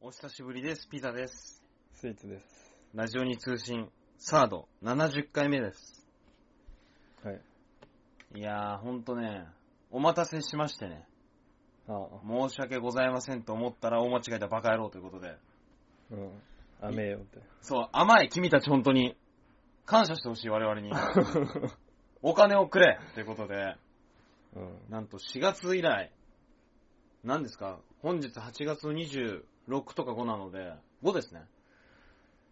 お久しぶりです。ピザです。スイーツです。ラジオに通信、サード、70回目です。はい。いやー、ほんとね、お待たせしましてね、ああ、申し訳ございませんと思ったら大間違えたバカ野郎ということで、うん。甘えよって。そう、甘い君たち本当に、感謝してほしい我々に。お金をくれということで、うん。なんと4月以来、何ですか本日8月26とか5なので、5ですね。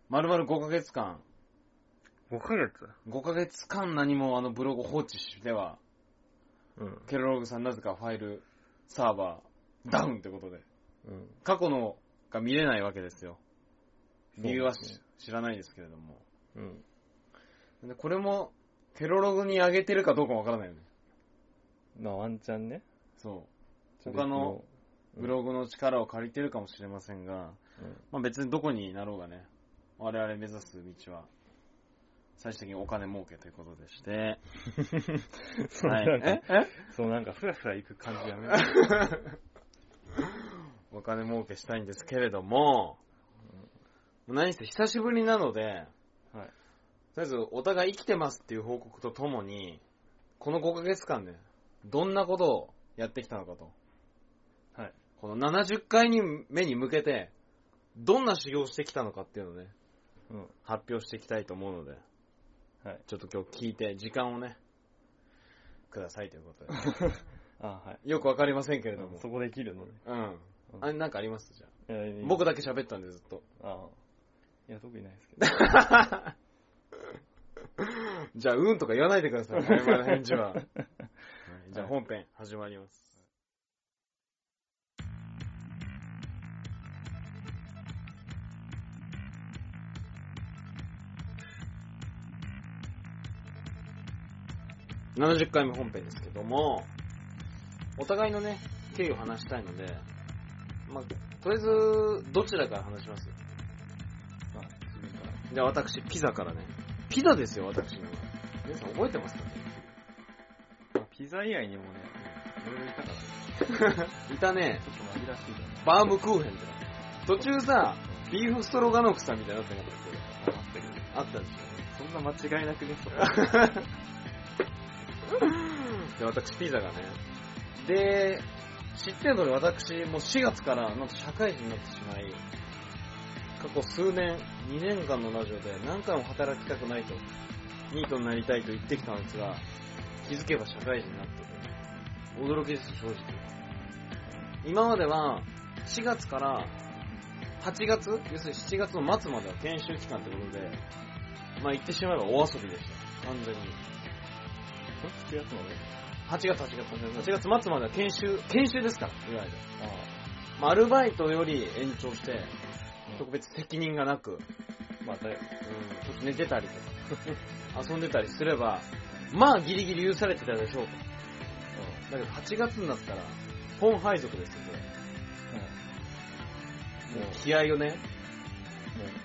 丸々5ヶ月間、 5ヶ月5ヶ月間何もあのブログ放置しては、うん。ケロログさんなぜかファイルサーバーダウンってことで、うん。過去のが見れないわけですよ。理由はそうし、ですね知らないですけれども。うん。でこれも、ケロログに上げてるかどうかわからないよね。まあ、ワンチャンね。そちょっと他のうう。んブログの力を借りてるかもしれませんが、昨日、まあ別にどこになろうがね、我々目指す道は、最終的にお金儲けということで して、うんそうはなんい。か、ええそうなんか、ふらふら行く感じやめろお金儲けしたいんですけれども、何せ久しぶりなので、とりあはいえずお互い生きてますっていう報告とともに、この5ヶ月間で、どんなことをやってきたのかと。はい。この70回に目に向けて、どんな修行をしてきたのかっていうのをね、うん。発表していきたいと思うので、はい。ちょっと今日聞いて、時間をね、くださいということで。 ああ、はい。よくわかりませんけれどもそ。こで切るのね。うん。あれ、なんかありますじゃあ。いやいや僕だけ喋ったんで、ずっと。ああ。いや、特にないです けど。じゃあ、うんとか言わないでください。我々の返事は。はいじゃあ、本編始まります。70回目本編ですけども、お互いのね、経緯を話したいので、まあ、とりあえず、どちらから話しますまあ、自分から。じゃあ私、ピザからね。ピザですよ、私のは。皆さん覚えてますかねまあ、ピザ以外にもね、いろいろいたから、ね、いたね、 ちょっと紛らわしいから、ね。バームクーヘンっての。途中さ、ビーフストロガノフさんみたいになってなかったっあったけど、けあったでしそんな間違いなくね、そこょ。で、私、ピザがね。で、知ってるのに私、もう4月から、なんと社会人になってしまい、過去数年、2年間のラジオで何回も働きたくないと、ニートになりたいと言ってきたんですが、気づけば社会人になってて、驚きです、正直。今までは、4月から8月、要するに7月の末までは研修期間ということで、まあ言ってしまえばお遊びでした。完全に。そっちやつもね。 8月、8月、8月末までは研修、研修ですから、いわゆる。ああ。まあアルバイトより延長して、うん特別責任がなく、まあ、だよ。うん、ちょっと寝てたりとか、 遊んでたりすれば、まあギリギリ許されてたでしょうと。だけど8月になったら、本配属ですよね。うん。うんもう気合をね、もう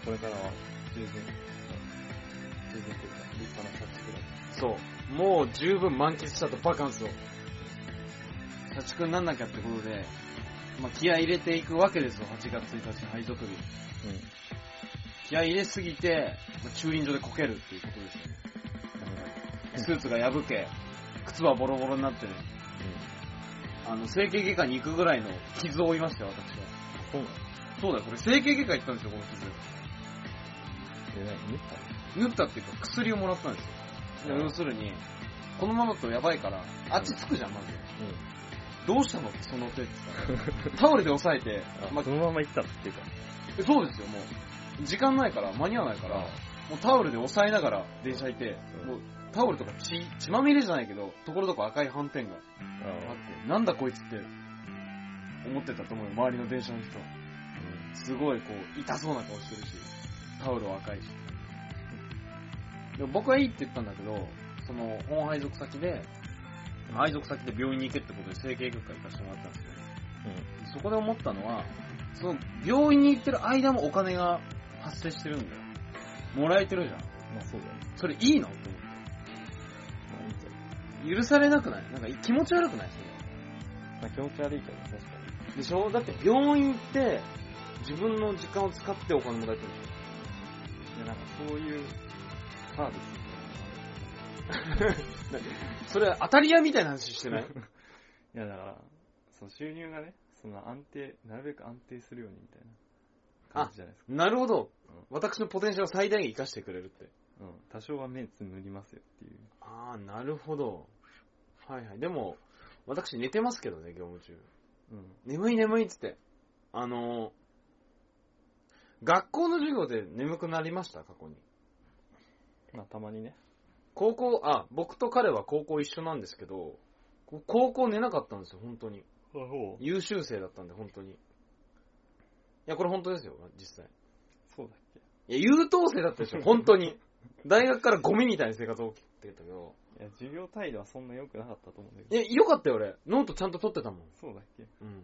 これからは十分、十分というか、立派な社畜だ。そう。もう十分満喫したとバカンスを。社畜になんなきゃってことで、まあ、気合い入れていくわけですよ、8月1日配属日。うん。気合い入れすぎて、まあ、駐輪場でこけるっていうことですよね。スーツが破け、靴はボロボロになってね、あの、整形外科に行くぐらいの傷を負いましたよ、私は。そうそうだよ、これ整形外科行ったんですよ、この傷。で、何見た縫ったっていうか薬をもらったんですよ。うん要するに、このままだとやばいから、あっちつくじゃん、まず。うん。どうしたのってその手ってさ、 タオルで押さえて、あ、まそのまま行ったっていうか。えそうですよ、もう。時間ないから、間に合わないから、もうタオルで押さえながら電車いて、うんもうタオルとか血、血まみれじゃないけど、ところどころ赤い斑点があああって、なんだこいつって、思ってたと思うよ、周りの電車の人。すごいこう、痛そうな顔してるし、タオルは赤いし。でも僕はいいって言ったんだけど、その、本配属先で、配属先で病院に行けってことで整形外科行かせてもらったんですけど、うん。そこで思ったのは、その病院に行ってる間もお金が発生してるんだよ。もらえてるじゃん。まあ、そうだよね。それいいのって思まあ、いいんじゃって。許されなくないなんか気持ち悪くないそまあ、気持ち悪いけど、確かれ。でしょだって病院って、自分の時間を使ってお金もらえてるんでしいや、なんかそういうサービスょそれ当たり屋みたいな話してないいや、だから、そう、収入がね、その安定、なるべく安定するようにみたいな感じじゃないですか。なるほど。私のポテンシャルを最大限生かしてくれるって。うん。多少は目つむりますよっていう。ああ、なるほど。はいはい。でも、私寝てますけどね、業務中。うん。眠い眠いっつって。あのー学校の授業で眠くなりました、過去に。まあ、たまにね。高校、あ、僕と彼は高校一緒なんですけど、こ高校寝なかったんですよ、本当に。そ優秀生だったんで、本当に。いや、これ本当ですよ、実際。そうだっけいや、優等生だったでしょ、本当に。大学からゴミみたいな生活を送ってたけど。いや、授業態度はそんな良くなかったと思うんだけいど。や、よかったよ、俺。ノートちゃんと取ってたもん。そうだっけうん。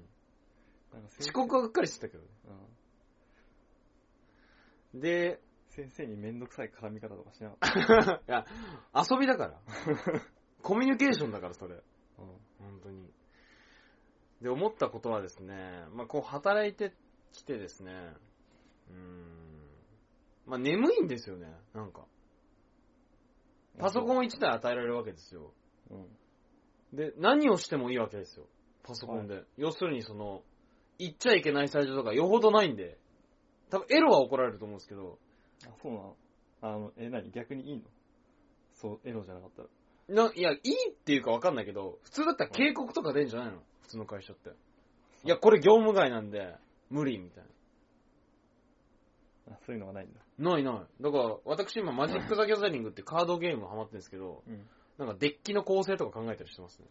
なんか先生遅刻はがっかりしてたけどね。うん。で、先生にめんどくさい絡み方とかしなかった。いや、遊びだから。コミュニケーションだから、それ。うん。本当に。で、思ったことはですね、まあ、こう働いてきてですね、うーん、まあ、眠いんですよね、なんか。パソコン1台与えられるわけですよ。うん。で、何をしてもいいわけですよ。パソコンで。要するに、その、言っちゃいけないサイトとかよほどないんで、多分エロは怒られると思うんですけど、あ、そうなのあの、え、なに逆にいいのそう、エロじゃなかったら。ないや、いいっていうかわかんないけど、普通だったら警告とか出るんじゃないの普通の会社って。いや、これ業務外なんで、無理、みたいな。あ、そういうのがないんだ。ないない。だから、私今、マジック・ザ・ギャザリングってカードゲームハマってるんですけど、うん。なんかデッキの構成とか考えたりしてますね。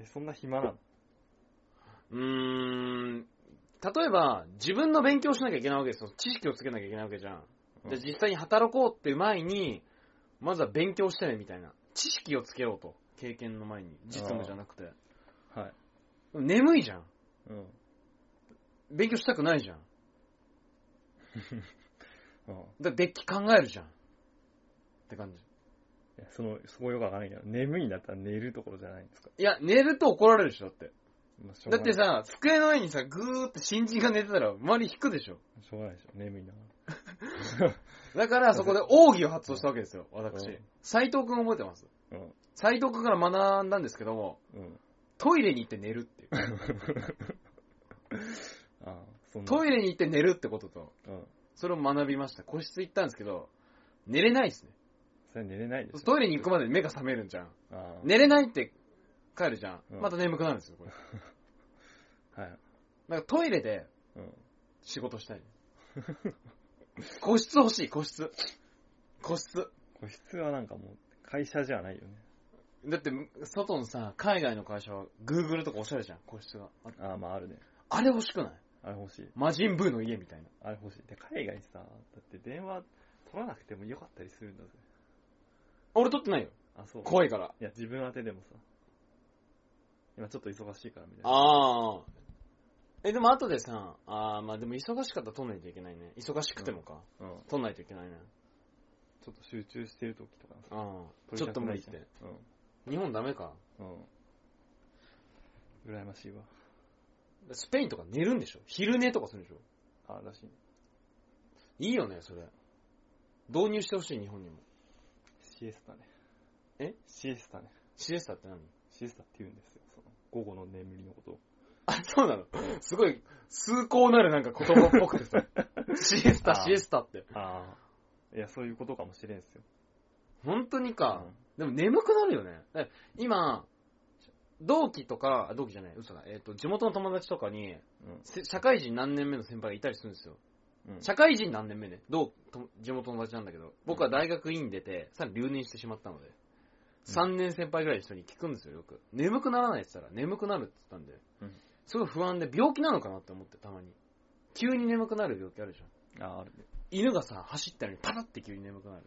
え、そんな暇なのうーん、例えば、自分の勉強しなきゃいけないわけですよ。知識をつけなきゃいけないわけじゃん。で、実際に働こうっていう前に、まずは勉強してね、みたいな。知識をつけようと。経験の前に。実務じゃなくて。はい。眠いじゃん。うん。勉強したくないじゃん。うん。だいからデッキ考えるじゃん。って感じ。や、その、そこよくわかんないけど、眠いんだったら寝るところじゃないんですか。いや、寝ると怒られるでしょ、だって。まあ、しょうだがっなて、いさ、机の上にさ、ぐーって新人が寝てたら、周り引くでしょ。しょうがないでしょ。眠いんだかだから、そこで奥義を発動したわけですよ、私うん。斎藤くん覚えてますら。うん。斎藤くんから学んだんですけども、うん。トイレに行って寝るっていう。あそんな。トイレに行って寝るってことと、うん。それを学びました。個室行ったんですけど、寝れないですね。それは寝れないでしょ。トイレに行くまで目が覚めるんじゃん。あー寝れないって帰るじゃん。うんまた眠くなるんですよ、これ。はい。なんかトイレでうん。仕事 したい。個室欲しい、個室。個室。個室はなんかもう、会社じゃないよね。だって、外のさ、海外の会社は Google とかおしゃれじゃん、個室が。あああ、まああるね。あれ欲しくないあれ欲しい。魔人ブーの家みたいな。あれ欲しい。で、海外さ、だって電話取らなくてもよかったりするんだぜ。俺撮ってないよ。あ、そう。怖いから。いや、自分宛てでもさ。今ちょっと忙しいからみたいな。ああ。え、でも後でさ、ああ、まあでも忙しかったら撮んないといけないね。忙しくてもか。うん。撮んないといけないね。ちょっと集中してる時とかさ。ああ。撮ちりょったとく無な理いっじゃんて。日本ダメか。うん。うん。羨ましいわ。スペインとか寝るんでしょ昼寝とかするんでしょあ、らしい。いいよね、それ。導入してほしい、日本にも。シエスタね。えシエスタね。シエスタって何シエスタって言うんですよ。その午後の眠りのことを。あ、そうなのすごい、崇高なるなんか言葉っぽくて さ。シエスタ、あーシエスタって。ああ。いや、そういうことかもしれんすよ。本当にかう。んでも眠くなるよね。だから今、同期とか、あ同期じゃない、嘘だ。えっ、と、地元の友達とかに、せ社会人何年目の先輩がいたりするんですよ。うん。うん。社会人何年目ね。同と地元の友達なんだけど、僕は大学院出て、さらに留年してしまったので、うん3年先輩ぐらいの人に聞くんですよ、よく。眠くならないって言ったら、眠くなるって言ったんでうん、すごい不安で病気なのかなって思って、たまに。急に眠くなる病気あるじゃん。ああ、あるね。犬がさ、走ったのにパタって急に眠くなる。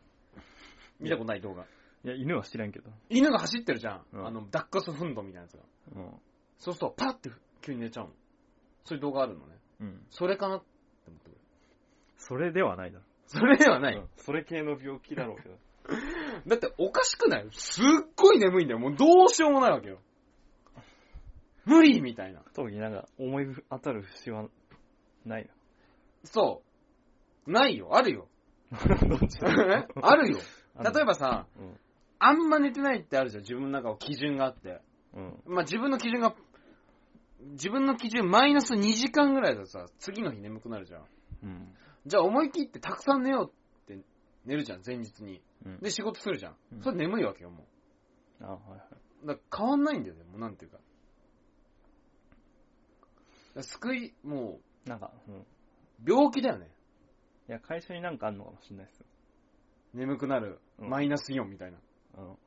見たことない動画。いや、犬は知らんけど。犬が走ってるじゃん。うんあの、ダックスフンドみたいなやつが。うん。そうすると、パッて急に寝ちゃうの。そういう動画あるのね。うん。それかなって思ってくる。それではないだろ。それではない。うんそれ系の病気だろう けど。だっておかしくないすっごい眠いんだよ。もうどうしようもないわけよ。無理みたいな。特になんか思い当たる節はないそう。ないよ。ある よ。 の。どっちだあるよ。例えば、ばさ、うん。あんま寝てないってあるじゃん。自分の中を基準があって。うん。まあ、自分の基準が、自分の基準マイナス2時間ぐらいだとさ、次の日眠くなるじゃん。うん。じゃあ思い切ってたくさん寝ようって寝るじゃん、前日に。うんで、仕事するじゃんう。んそれ眠いわけよ、もあ、はいはい。う。だから変わんないんだよね、もうなんていうか。だから救い、も、なんか、うん。いう病気だよね。や、会社になんかあんのかもしれないですよ。眠くなる、うんマイナスイオンみたいな。うん。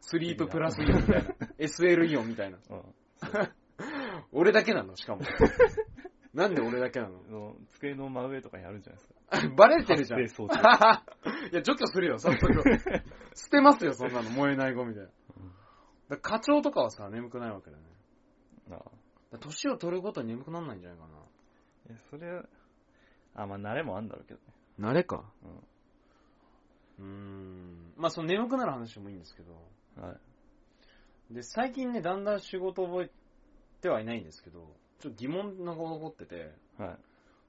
スリーププラスイオンみたいな。SL イオンみたいな。うん。俺だけなの、しかも。なんで俺だけなの その机の真上とかにあるんじゃないですか。バレてるじゃん。で、いそうそう。 や、除去するよ、早速。捨てますよ、そんなの。燃えないゴミで。だから課長とかはさ、眠くないわけだね。 ああだから年を取るごとに眠くなんないんじゃないかいや、それは、あ、まあ、慣れもあんだろうけどね。な。慣れか。うん。うーん。まあ、その眠くなる話もいいんですけど。はい。で、最近ね、だんだん仕事覚えてはいないんですけど、ちょっと疑問のことが起こってて、はい。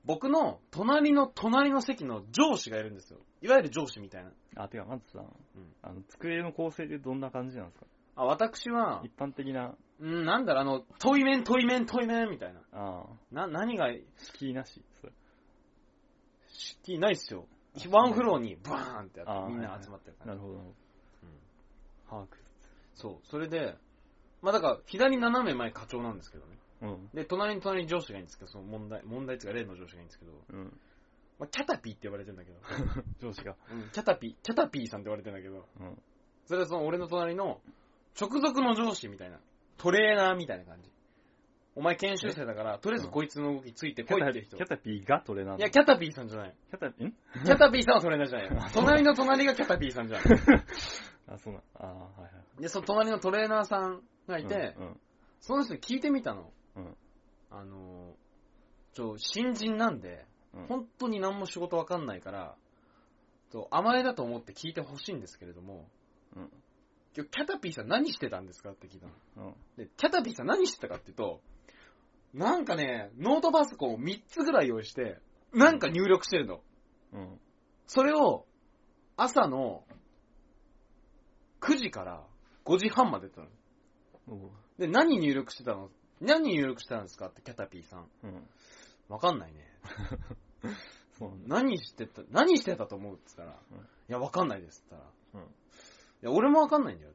僕の隣の隣の席の上司がいるんですよ。いわゆる上司みたいな。あ、てか、まずさ、んあの、机の構成ってどんな感じなんですかあ、私は、一般的な、うん、なんだろう、あの、トイメン、トイメン、トイメンみたいな。ああ、な、何が、敷居なしそれ。敷居ないっすよ。ワンフローにバーンってやあっーて、みんな集まってるから。なるほどなるほど。把握。そう、それで、まあだから、左斜め前課長なんですけどね。うん。で、隣に隣に上司がいるんですけど、その問題、問題っていうか例の上司がいるんですけど、うん。まあ、キャタピーって呼ばれてるんだけど、上司が。うんキャタピー、キャタピーさんって呼ばれてるんだけど、うん。それはその俺の隣の直属の上司みたいな、トレーナーみたいな感じ。お前研修生だから、とりあえずこいつの動きついてキこいャってタいう人。キャいタピーがトレーナーなのや、キャタピーさんじゃない。キャタピー、んキャタピーさんはトレーナーじゃない。隣の隣がキャタピーさんじゃん。あ、そうなん。ああ、はいはい。で、その隣のトレーナーさんがいて、うんその人に聞いてみたの。うんあのー、ちょ、新人なんで、うん本当に何も仕事わかんないから、と甘えだと思って聞いてほしいんですけれども、うん今日キャタピーさん何してたんですかって聞いたの。うん。うん。で、キャタピーさん何してたかっていうと、なんかね、ノートパソコンを3つぐらい用意して、なんか入力してるの。うん。それを、朝の9時から5時半までやってたの。おうで、何入力してたの何入力してたんですかってキャタピーさん。うん。わかんないね。そうなんだ。何してた、何してたと思うって言ったら、うんいや、わかんないですって言ったら、うんいや、俺もわかんないんだよっ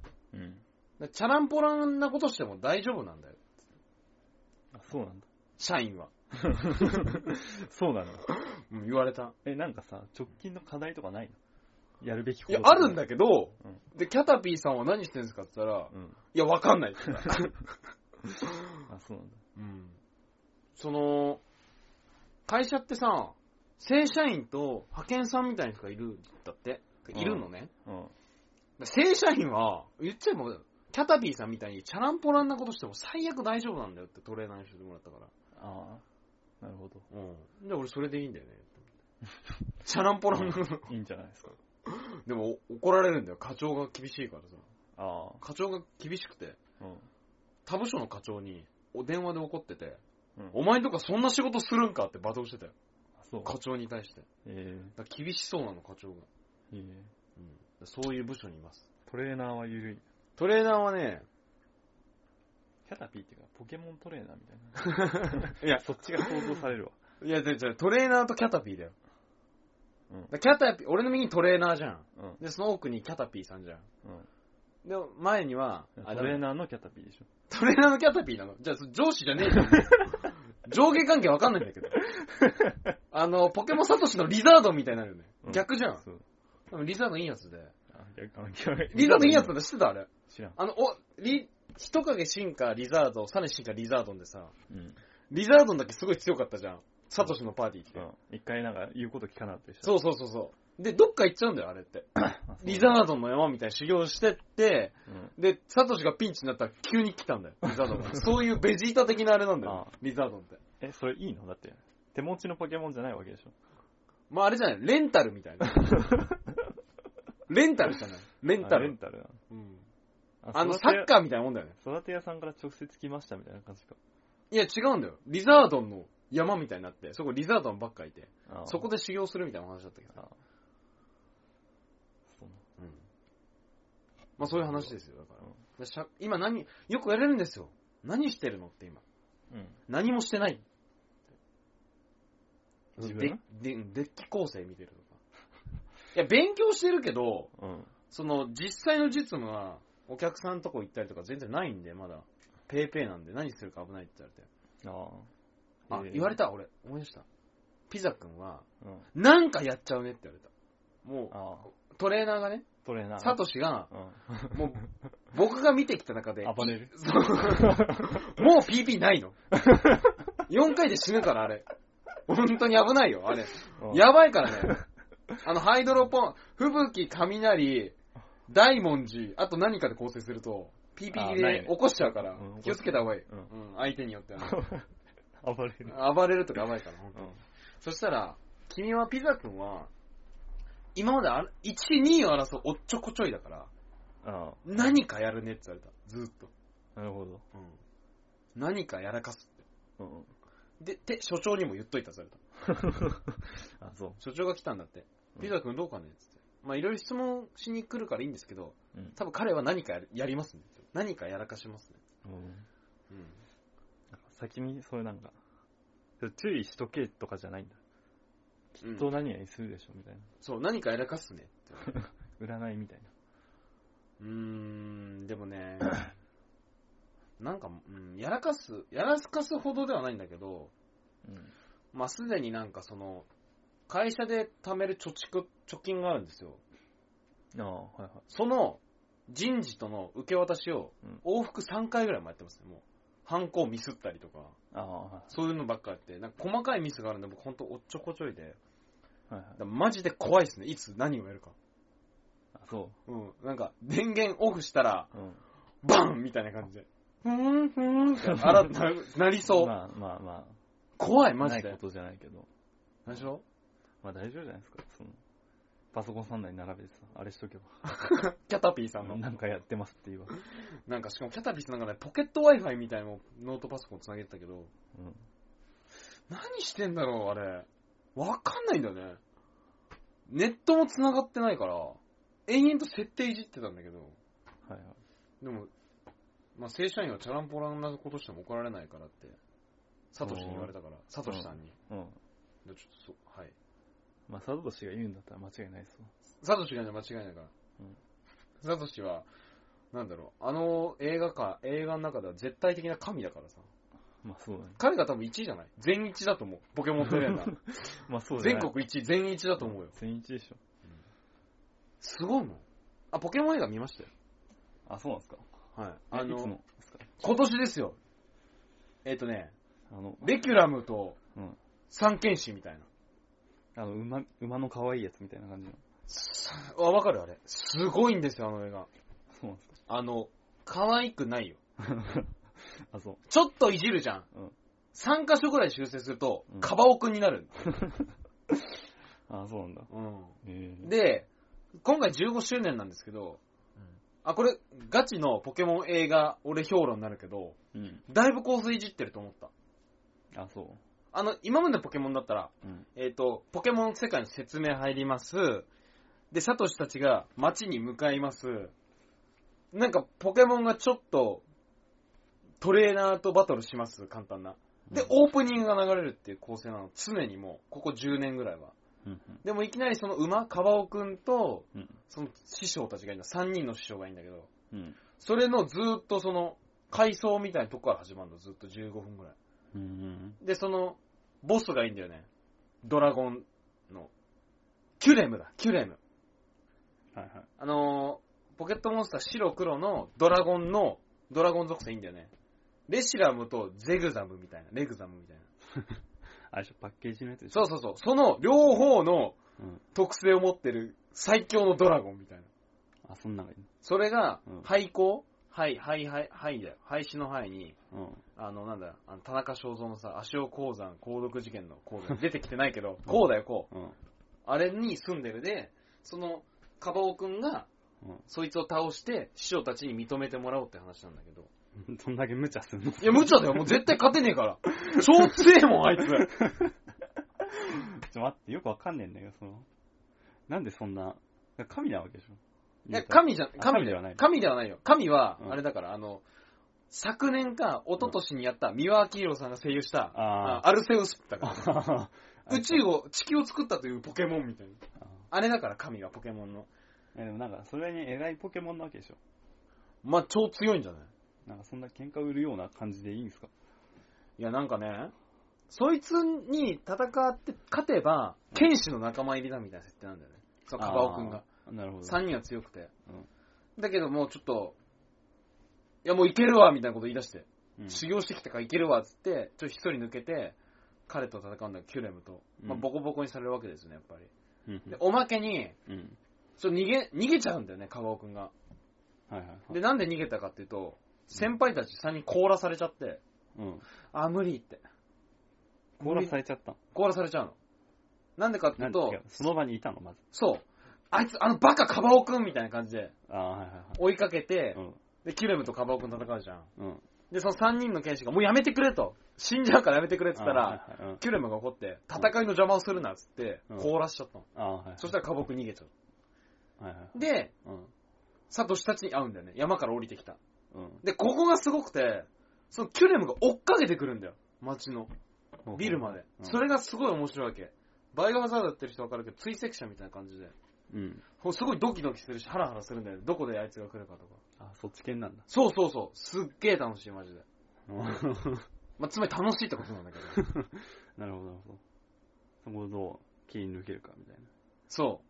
て。うん。だからチャランポランなことしても大丈夫なんだよ。あ、そうなんだ。社員は。そうなんだ。うん、言われた。え、なんかさ、直近の課題とかないのやるべきこいとや、あるんだけど、うんで、キャタピーさんは何してんですかって言ったら、うん。いや、わかんないって言った。あ、そうなんだ。 うん。その、会社ってさ、正社員と派遣さんみたいな人がいるんだって。んいるのね。うん。正社員は、言っちゃえば、キャタピーさんみたいにチャランポランなことしても最悪大丈夫なんだよってトレーナーにしてもらったから。ああ、なる ほど。うん。で、俺それでいいん だよね。チャランポランなこと。いいんじゃないですか。でもお怒られるんだよ。課長が厳しいからさ。あ課長が厳しくて、あ、うん。他部署の課長にお電話で怒ってて、うんお前とかそんな仕事するんかって罵倒してたよ。あそう。課長に対して。えだから厳しそうなの、課長が。ー、えー、うん。そういう部署にいます。トレーナーはゆるい。トレーナーはね、キャタピーっていうか、ポケモントレーナーみたいな。 いやそっちが想像されるわ。いや、じゃトレーナーとキャタピーだよ。うんだからキャタピー、俺の右にトレーナーじゃん。うん。で、その奥にキャタピーさんじゃん。うん。で、前には、トレーー。ナーのキャタピーでしょ。トレーナーのキャタピーなのじゃあ、そ上司じゃねえ じゃん。上下関係わかんないんだ けど。あの、ポケモンサトシのリザードンみたいになるよね。うん逆じゃん。そう。でもリザードンいいやつで。あ、逆、あ、逆。リザードンいいやつなんだ、知ってたあれ。知らん。あの、お、リ、人影進化リザードン、サネ進化リザードンでさ、うん。リザードンだけすごい強かったじゃん。サトシのパーティーって。うん。一回なんか言うこと聞かなかったでしょ。そうそうそうそう。で、どっか行っちゃうんだよ、あれって。あそうリザードンの山みたいな修行してって、うん。で、サトシがピンチになったら急に来たんだよ、リザードン が。そういうベジータ的なあれなんだよああ、リザードンって。え、それいいのだって、手持ちのポケモンじゃないわけでしょ。まああれじゃない、レンタルみたいな。レンタルじゃない。レンタあレンル。タルなのうんあの、育サてッカーみたいなもんだよね。育て屋さんから直接来ましたみたいな感じか。いや、違うんだよ。リザードンの山みたいになって、そこリザードンばっかいて、あーそこで修行するみたいな話だったけど。あーそうなうん。まあそういう話ですよ、だからうん。でしゃ今何、よくやれるんですよ。何してるのって今。うん。何もしてない。自で分でデッキ構成見てるとか。いや、勉強してるけど、うん。その、実際の実務は、お客さんとこ行ったりとか全然ないんで、まだ。ペイペイなんで何するか危ないって言われて。ああ。あ、言われた。た、俺。思い出した。ピザ君は、うん。なんかやっちゃうねって言われた。もああ。う、トレーナーがね、トレーナー。サトシが、うもう、僕が見てきた中でん。、暴れる。そうもう PP ない の ?4 回で死ぬから、あれ。本当に危ないよ、あれ。うんやばいから ね。あの、ハイドロポン、吹雪、雷、大文字、あと何かで構成すると、あ PP ーないでね起こしちゃうからうん、気をつけた方がいい。ううん、相手によっては ね。暴れる。暴れるとかやばいから、本当うにん。そしたら、君はピザ君は、今まであ1位、2位を争うおっちょこちょいだから、あ何かやるねって言われた。ずーっと。あ。なるほど。うん。何かやらかすって。うん。 で、て、所長にも言っといた、それと。あ、そ所長が来たんだってう。んピザ君どうかねっつって。まあいろいろ質問しに来るからいいんですけど、う。うん。多分彼は何かやるやりますね。何かやらかしますね。うんうん。なんか先に、そういうなんか、注意しとけとかじゃないんだ。きっ人何々するでしょ、みたいそう、何かやらかすねって言われて。な。占いみたいうーん、でも ね、なんか、うん、やらかす、やらかすほどではないんだけど、な。まあ、すでになんかその、会社で貯める貯蓄、貯金があるんですよ。うん。ああ、はいはい。その、人事との受け渡しをうん、往復3回ぐらいもやってますね、もう。犯行ミスったりとか、ああ、はそういうのばっかやって、なんか細かいミスがあるんで、僕ほんとおっちょこちょいで、いはだい。からマジで怖いですね、いつ何をやるか。あ、そうん、なんか、電源オフしたら、う。うん。バンみたいな感じで。ふーん、ふーんって、あら、ななりそう。まあまあま怖い、あ、マなジいこで。とじゃないけど。何でしょまあ大丈夫じゃないですか。その、パソコン3台並べてさ、あれしとけキャタピーさんば。の。なんかやってますって言えば。なんか、しかもキャタピーさんなんかね、ポケット Wi-Fi みたいのをノートパソコン繋げてたけど、うん。何してんだろう、あれ。わかんないんだよね。ネットも繋がってないから、延々と設定いじってたんだけど、はいはい。でも、まあ、正社員はチャランポランなことしても怒られないからって、サトシに言われたから、サトシさんに。うん。でちょっとそう、はい。まあ、サトシが言うんだったら間違いないっすわ。サトシがね間違いないから。うんサトシは、なんだろう、あの映画か、映画の中では絶対的な神だからさ。まあそうだね。彼が多分1位じゃない全1だと思う。ポケモントレーナー。まあ そうだね。全国1位、全1だと思うよ。全一でしょ。すごいもん。あ、ポケモン映画見ましたよ。あ、そうなんですか。はい。えあいつの、のですか今年ですよ。えっ、とね、あの、レキュラムとうん。三剣士みたいな。あの、馬、馬の可愛いやつみたいな感じの。さあ、わかるあれ。すごいんですよ、あの映画。そうなんですか。あの、可愛くないよ。あ、そう。ちょっといじるじゃん。うん3箇所ぐらい修正するとう、んカバオくんになる。あ、そうなんだ。うん。ええ。で、今回15周年なんですけど、あ、これ、ガチのポケモン映画、俺評論になるけど、うん。だいぶ構成いじってると思った。あ、そあの、今までのポケモンだったら、う。うん。えっ、と、ポケモン世界の説明入ります。で、サトシたちが街に向かいます。なんか、ポケモンがちょっと、トレーナーとバトルします、簡単な。でうん、オープニングが流れるっていう構成なの。常にもう、ここ10年ぐらいは。うん。でもいきなりその馬、カバオくんと、うん。その師匠たちがいるんだ。3人の師匠がいるんだけど、うん。それのずーっとその、回想みたいなとこから始まるの、ずっと15分ぐらい。うん。で、その、ボスがいいんだよね。ドラゴンの。キュレムだ、キュレム。はいはい。あのーポケットモンスター白黒のドラゴンの、ドラゴン属性いいんだよね。レシラムとゼグザムみたいな、レグザムみたいな。あれでしょ、パッケージのやつでしょ。そうそうそう。その両方のうん。特性を持ってる最強のドラゴンみたいな。あ、そんながいいそれがうん、廃校廃、廃、廃、廃だよ。廃止の廃に、の。うん。あの、なんだ、あの田中正造のさ、足尾鉱山、鉱毒事件の鉱山。出てきてないけど、こうだよ、こう。うん。あれに住んでるで、その、カバオくんが、うんそいつを倒して、師匠たちに認めてもらおうって話なんだけど、どんだ け無茶すんのいや、無茶だよ。もう絶対勝てねえ から。超強えもん、あいつ。ちょ、待って、よくわかんねえんだけど、その、なんでそんな、神なわけでしょいや、神じゃ、神神だでよはない。神ではないよ。神はう、んあれだから、あの、昨年か、一昨年にやった、三輪明宏さんが声優した、ああアルセウスだから。あー宇宙を、地球を作ったというポケモンみたいな。ああれだから、神はポケモンの。ー えでもなんか、それに偉いポケモンなわけでしょまあ、超強いんじゃないなんか、そんな喧嘩売るような感じでいいんですかいや、なんかね、そいつに戦って、勝てば、剣士の仲間入りだみたいな設定なんだよね。そう、カバオくんが。あー。なるほど。 3人は強くて。だけどもうちょっと、いやもういけるわみたいなこと言い出して、うん修行してきたからいけるわっつって、ちょっと一人抜けて、彼と戦うんだけど、キュレムと。まあ、うんボコボコにされるわけですね、やっぱり。うんで、おまけに、うん。ちょっと逃げ、逃げちゃうんだよね、カバオくんが。はいはいはい。で、なんで逃げたかっていうと、先輩たち3人凍らされちゃって、うん。あ、無理って。凍らされちゃったの。凍らされちゃうの。なんでかっていなうんでと違う、その場にいたの、まず。そう。あいつ、あのバカカバオくんみたいな感じでああ、はいは追いかけてい、はい。で、キュレムとカバオくん戦うじゃん。うん。うん。で、その3人の剣士が、もうやめてくれと。死んじゃうからやめてくれって言ったあら、ー、はいはいうんキュレムが怒って、戦いの邪魔をするなっつってう、ん凍らしちゃったの。あー、はいはい。そしたら花木逃げちゃ。はいはいうで、うん。サトシたちに会うんだよね。山から降りてきた。うん。で、ここがすごくて、そのキュレムが追っかけてくるんだよ。街の。ビルまで。うんそれがすごい面白いわけ。バイオハザードやってる人わかるけど、追跡者みたいな感じで。うん。ほすごいドキドキするし、ハラハラするんだよね。どこであいつが来るかとか。あ、そっち系なんだ。そうそうそう。すっげえ楽しい、マジで。 なまあ、つまり楽しいってことなんだけど。 るほど、なるほど。そこをどう切り抜けるかみたいな。そ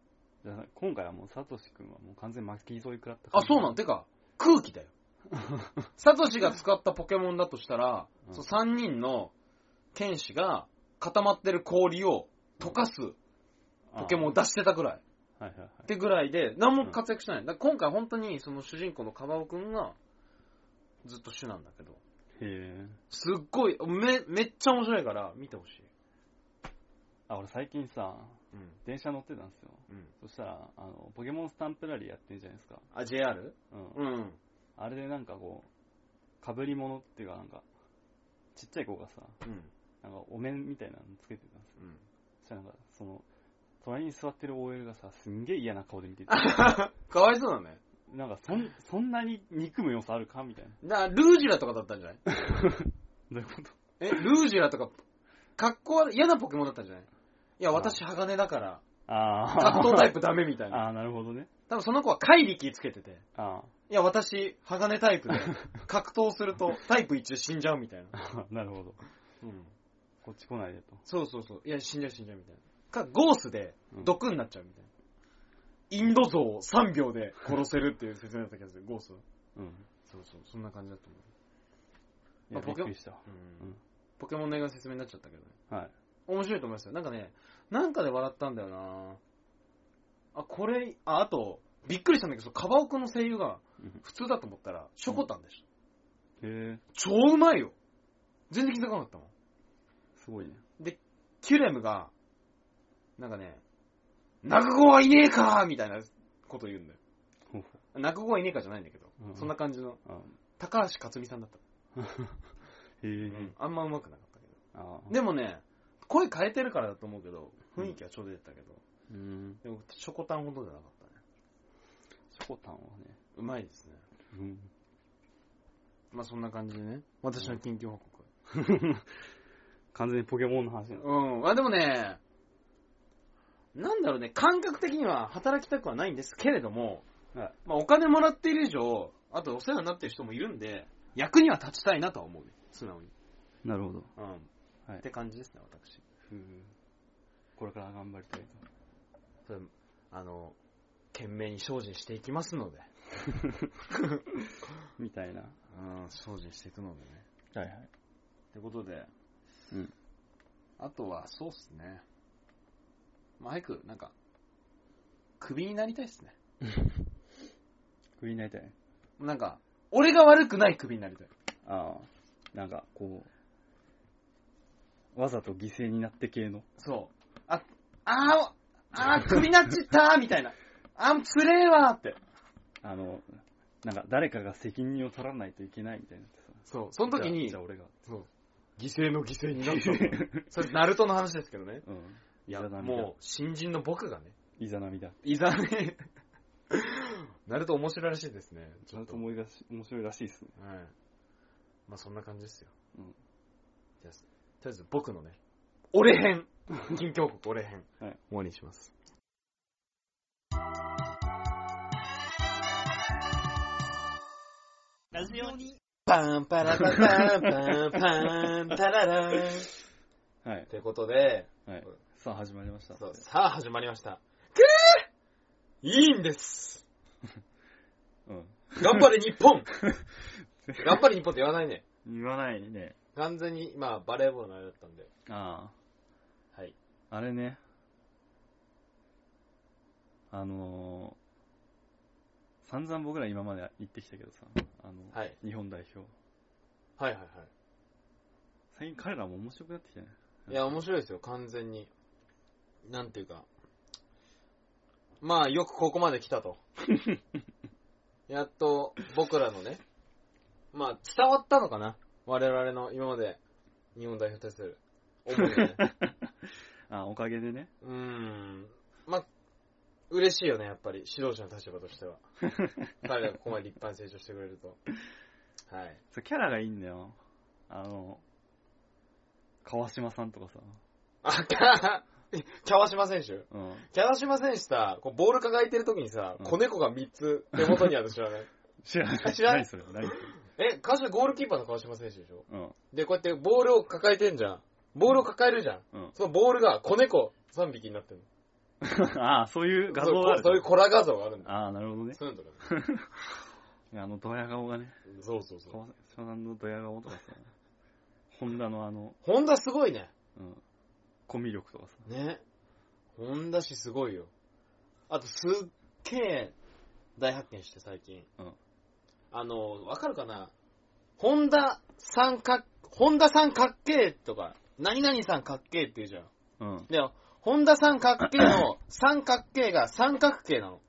う。じゃあ今回はもう、サトシ君はもう完全に巻き添え食らったあ、そうなんんてか、空気だ よ。サトシが使ったポケモンだとしたら、うんそう3人の剣士が固まってる氷を溶かすポケモンを出してたぐらい。はいはいはい。ってぐらいで、何も活躍してない。だから今回本当にその主人公のカバオくんがずっと主なんだけど、へえ。すっごい、め、めっちゃ面白いから見てほしい。あ、俺最近さ、うん。電車乗ってたんですよ。うん。そしたら、あの、ポケモンスタンプラリーやってるじゃないですか。あ、JR? うん。うん。あれでなんかこう、被り物っていうかなんか、ちっちゃい子がさ、うん。なんかお面みたいなのつけてたんですよ。うん。そしたらなんか、その、隣に座ってる OL がさ、すんげえ嫌な顔で見てて、かわいそうだね。なんかそん、そんなに憎む要素あるかみたいな。だからルージュラとかだったんじゃないどういうことえ、ルージュラとか、格好悪い嫌なポケモンだったんじゃないいや、あ私、鋼だから、ああ。格闘タイプダメみたいな。ああ、なるほどね。多分その子は怪力つけてて、あいや、私、鋼タイ プで、格闘するとタイプ1で死んじゃうみたいな。あ、 なるほど。うん。こっち来ないでと。そうそうそう。いや、死んじゃう死んじゃうみたいな。か、ゴースでうん、毒になっちゃうみたいな。インド像を3秒で殺せるっていう説明だった気がする、ゴースは。うん。そうそう、そんな感じだと思いまあや、びポっケモくンりした。う。ううんん。ポケモンの映画の説明になっちゃったけどね。はい。面白いと思いますよ。なんかね、なんかで笑ったんだよなあ、これ、あ、あと、びっくりしたんだけど、そのカバオくんの声優がうん普通だと思ったら、ショコタンでしへえ、た。超うまいよ全然気づかなかったもん。すごいね。キュレムが、なんかね、泣く子はいねえかみたいなこと言うんだよ。ほうほ泣く子はいねえかじゃないんだけど、うんそんな感じの、う。あ高橋克実さんだった。へえ、あんま上手くなかったけど。ああ。でもね、声変えてるからだと思うけど、雰囲気はちょうど出てたけど、うん。でも、ショコタンほどじゃなかったね。ショコタンはね、うまいですね。うん。まあそんな感じでね。私の近況報告。完全にポケモンの話なの。うん。あ、でもね、なんだろうね、感覚的には働きたくはないんですけれども、はいまあお金もらっている以上、あとお世話になってる人もいるんで、役には立ちたいなとは思うね。素直に。なるほど。うん。はいって感じですね、私。ふうこれから頑張りたいと。それあの、懸命に精進していきますので。みたいな。はうん、精進していくのでね。いはい。ってことで、うん。あとは、そうっすね。まあ、早く、なんか、クビになりたいっすね。クビになりたい。なんか、俺が悪くないクビになりたい。ああ。なんか、こう、わざと犠牲になって系の。そう。あ、あー、あー、クビになっちったーみたいな。あー、つれーわーって。あの、なんか誰かが責任を取らないといけないみたいになってさ。そう。その時にじゃあじゃあ、俺が。そう。犠牲の犠牲になったの。 それ、ナルトの話ですけどね。うん。いや、イザナミだもう、新人の僕がね、いざ波だ。いざ ね、ナルト面白いらしいですね。ちゃんと思い出し、面白いらしいっすね。はい。まあそんな感じですよ。うんじゃあ、とりあえず僕のね、俺編 近況国俺編、はい終わりにします。ラジオにパンパラパパンパンパンタララン。はい。 ということで、はいうん。さあ、始まりました。そうさあ始まりました。くぅいいんですうん。頑張れ日 本頑張れ日本って言わないね。言わないね。完全に、まあバレーボールのあれだったんで。あはい。あ、あれね。あのー、散々僕ら今まで言ってきたけどさ、あの、はい。日本代表。はいはいは最近彼らも面白くなってきたね。い。いや、面白いですよ、完全に。なんていうか。まあ、よくここまで来た と。やっと、僕らのね、まあ、伝わったのかな我々の今まで、日本代表対する思いが ね。あ、おかげでね。うーん。まあ、嬉しいよね、やっぱり。指導者の立場と しては。彼らがここまで立派に成長してくれると。はい。そうキャラがいいんだよ。あの、川島さんとかさ。あ、か、 川島選手うん。キャラシマ選手さ、こうボール抱えてる時にさ、うん子猫が3つ手元にあるの知ら ない知らない。知らない何それ何それ。え、川島、ゴールキーパーの川島選手でしょうん。 で、こうやってボールを抱えてんじゃん。ボールを抱えるじゃん。うんそのボールが子猫3匹になってるああ、そういうの。画像があそうる。そういうコラ画像があるんだ。ああ、なるほどね。そういうのとかね。あの、ドヤ顔がね。そうそうそう。川島さんのドヤ顔とかさ。ホンダのあの、ホンダすごいね。うん。コミュ力とかさ。ね。ホンダ氏すごいよ。あと、すっげえ大発見して最近。うんあの、わかるかなホンダさんか、ホンダさんかっけえとか、何々さんかっけえって言うじゃん。うん。で、ホンダさんかっけえ の三角形が三角形なの。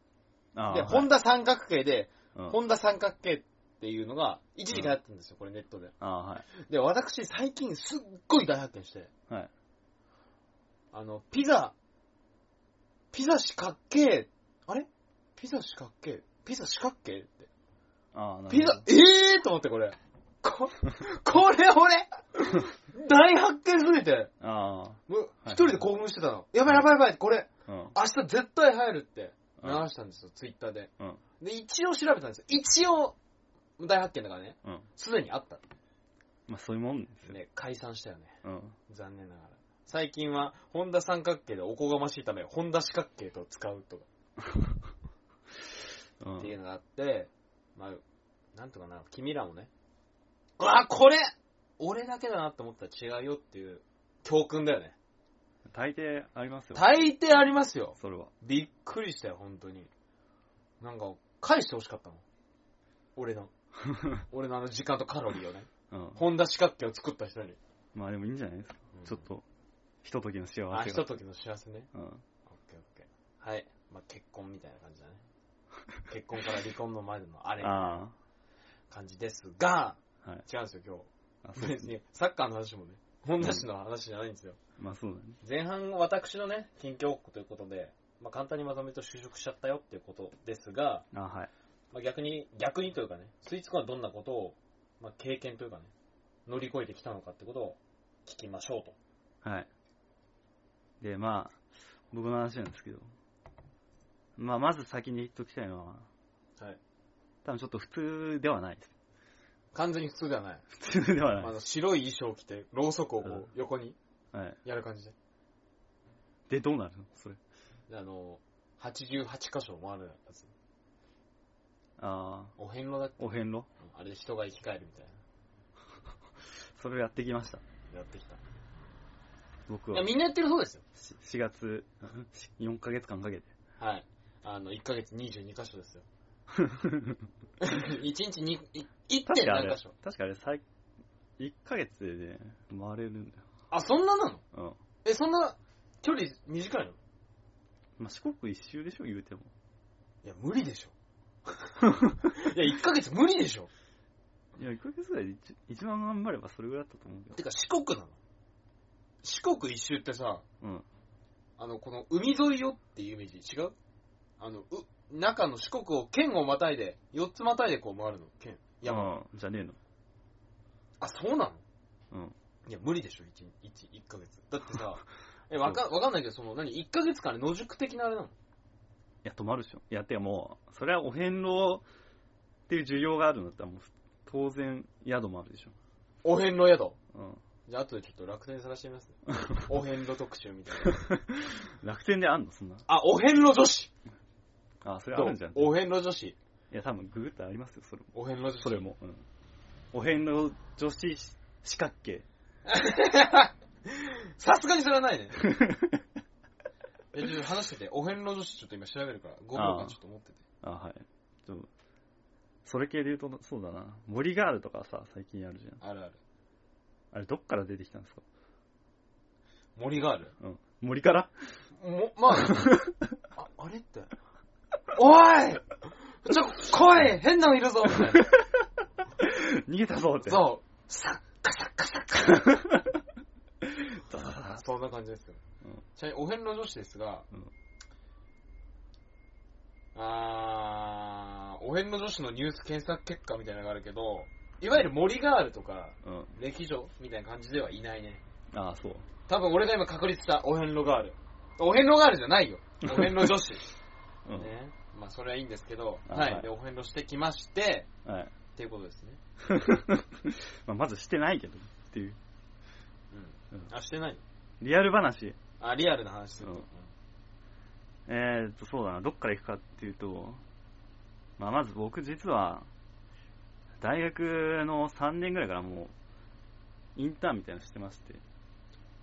ああ。で、ホンダ三角形で、はいうんホンダ三角形っていうのが一時期流行ったんですよ、これネットで。ああ、はい。で、私最近すっごい大発見して。はい。あの、ピザ、ピザ四角形、あれピザ四角形ピザ四角形って。ああ、なるほど。ピザ、えーと思ってこれ。こ、これ俺、大発見すぎて、あもうい一人で興奮してたの。やばいやばいやばい、これ、あ、うん。明日絶対入るって流うんしたんですよ、ツイッターで。うん。で、一応調べたんですよ。一応、大発見だからね、うん。すでにあった。まあ、そういうもんですよ。ね、解散したよね。うん。残念ながら。最近は、ホンダ三角形でおこがましいため、ホンダ四角形と使うとか。うんっていうのがあって、まあ、なんとかな、君らもね、うわ、これ俺だけだなって思ったら違うよっていう教訓だよね。大抵ありますよ。大抵ありますよ。それは。びっくりしたよ、本当に。なんか、返してほしかったの。俺 の。俺のあの時間とカロリーをね。うん。ホンダ四角形を作った人に。まあでもいいんじゃないですか。ちょっと、ひとときの幸せが。あ、ひとときの幸せね。うん。オッケーオッケー。はい。まあ、結婚みたいな感じだね。 結婚から離婚の前でのあれみたいなあ感じですが、あ、はい。違うんですよ、今日。あ、そうで別すね。に、サッカーの話もね、本田氏の話じゃないんですよ。まあそうだね。前半、私のね、近況報告ということで、まあ、簡単にまとめると就職しちゃったよっていうことですが、あはい。まあ、逆に、逆にというかね、スイーツコはどんなことを、まあ、経験というかね、乗り越えてきたのかってことを聞きましょうと。はい。で、まあ、僕の話なんですけど。まあ、まず先に言っときたいのは、はい。多分ちょっと普通ではないです。 完全に普通ではない。普通ではないあでの白い衣装を着て、ろうそくをこうんう横にす。はい。やる感じで。で、どうなるのそれ。あの、88箇所回るやつ。ああ、お遍路だっけお遍路あれで人が生き返るみたいそれをやってきました。な。やってきた。僕いはや、みんなやってるそうですよ。 4月、4ヶ月間かけて。はい。あの、1ヶ月22箇所です よ。1日に、い 1. 確点かあ何れ箇所、確かあれ、最、1ヶ月でね、回れるんだあ、そんななのよ。え、そんな、距離短いのうん。まあ、四国一周でしょ、言うても。 いや、無理でしょ。いや、1ヶ月無理でしょ。いや、1ヶ月ぐらいで一一番頑張ればそれぐらいだったと思うけど。てか、四国なの。四国一周ってさ、うん。あの、この海沿いよっていうイメージ違うあの、う、中の四国を県をまたいで、4つまたいでこう回るの、県。山。うんじゃねえの。あ、そうなのうん。いや、無理でしょ、1、一一ヶ月。だって さ、え、わか、わかんないけど、その、何、1ヶ月間で野宿的なあれなのいや、止まるでしょ。いや、てかもう、それはお遍路っていう需要があるんだったら、もう、当然、宿もあるでしょ。お遍路宿。うん。じゃあ、後でちょっと楽天探してみますね。 お遍路特集みたいな。楽天であんのそんな。あ、お遍路女子あ、それあるんじゃん。お遍路女子。いや、多分、ググったらありますよ、それも。お遍路女子。それも。うん。お遍路女子四角形。さすがにそれはない ね。え、ちょっと話してて、お遍路女子ちょっと今調べるから、5秒間ちょっと持ってて。あ、はい。ちょそれ系で言うと、そうだな。森ガールとかさ、最近あるじゃん。あるある。あれ、どっから出てきたんですか森がある。うん。森からも、ま あ、あ、あれって。おいちょ、来い変なのいるぞ みたいな。逃げたぞって。う。そう。サッカサッカサッカ。そんな感じですよ。うんちなみに、お遍路女子ですが、うんあー、お遍路女子のニュース検索結果みたいなのがあるけど、いわゆる森ガールとか、 うん。歴女みたいな感じではいないね。ああ、そう。多分俺が今確立したお遍路ガール。お遍路ガールじゃないよ。お遍路女子。 うん。ね。まあそれはいいんですけど、あはい。はいで、お遍路してきまして、はい。 っていうことですね。まあ、まずしてないけど、っていう。うん。うんあ、してないリアル話。あ、リアルな話するうとん。えーっと、そうだな。どっから行くかっていうと、まあ、まず僕実は、大学の3年ぐらいからもう、インターンみたいなのしてまして。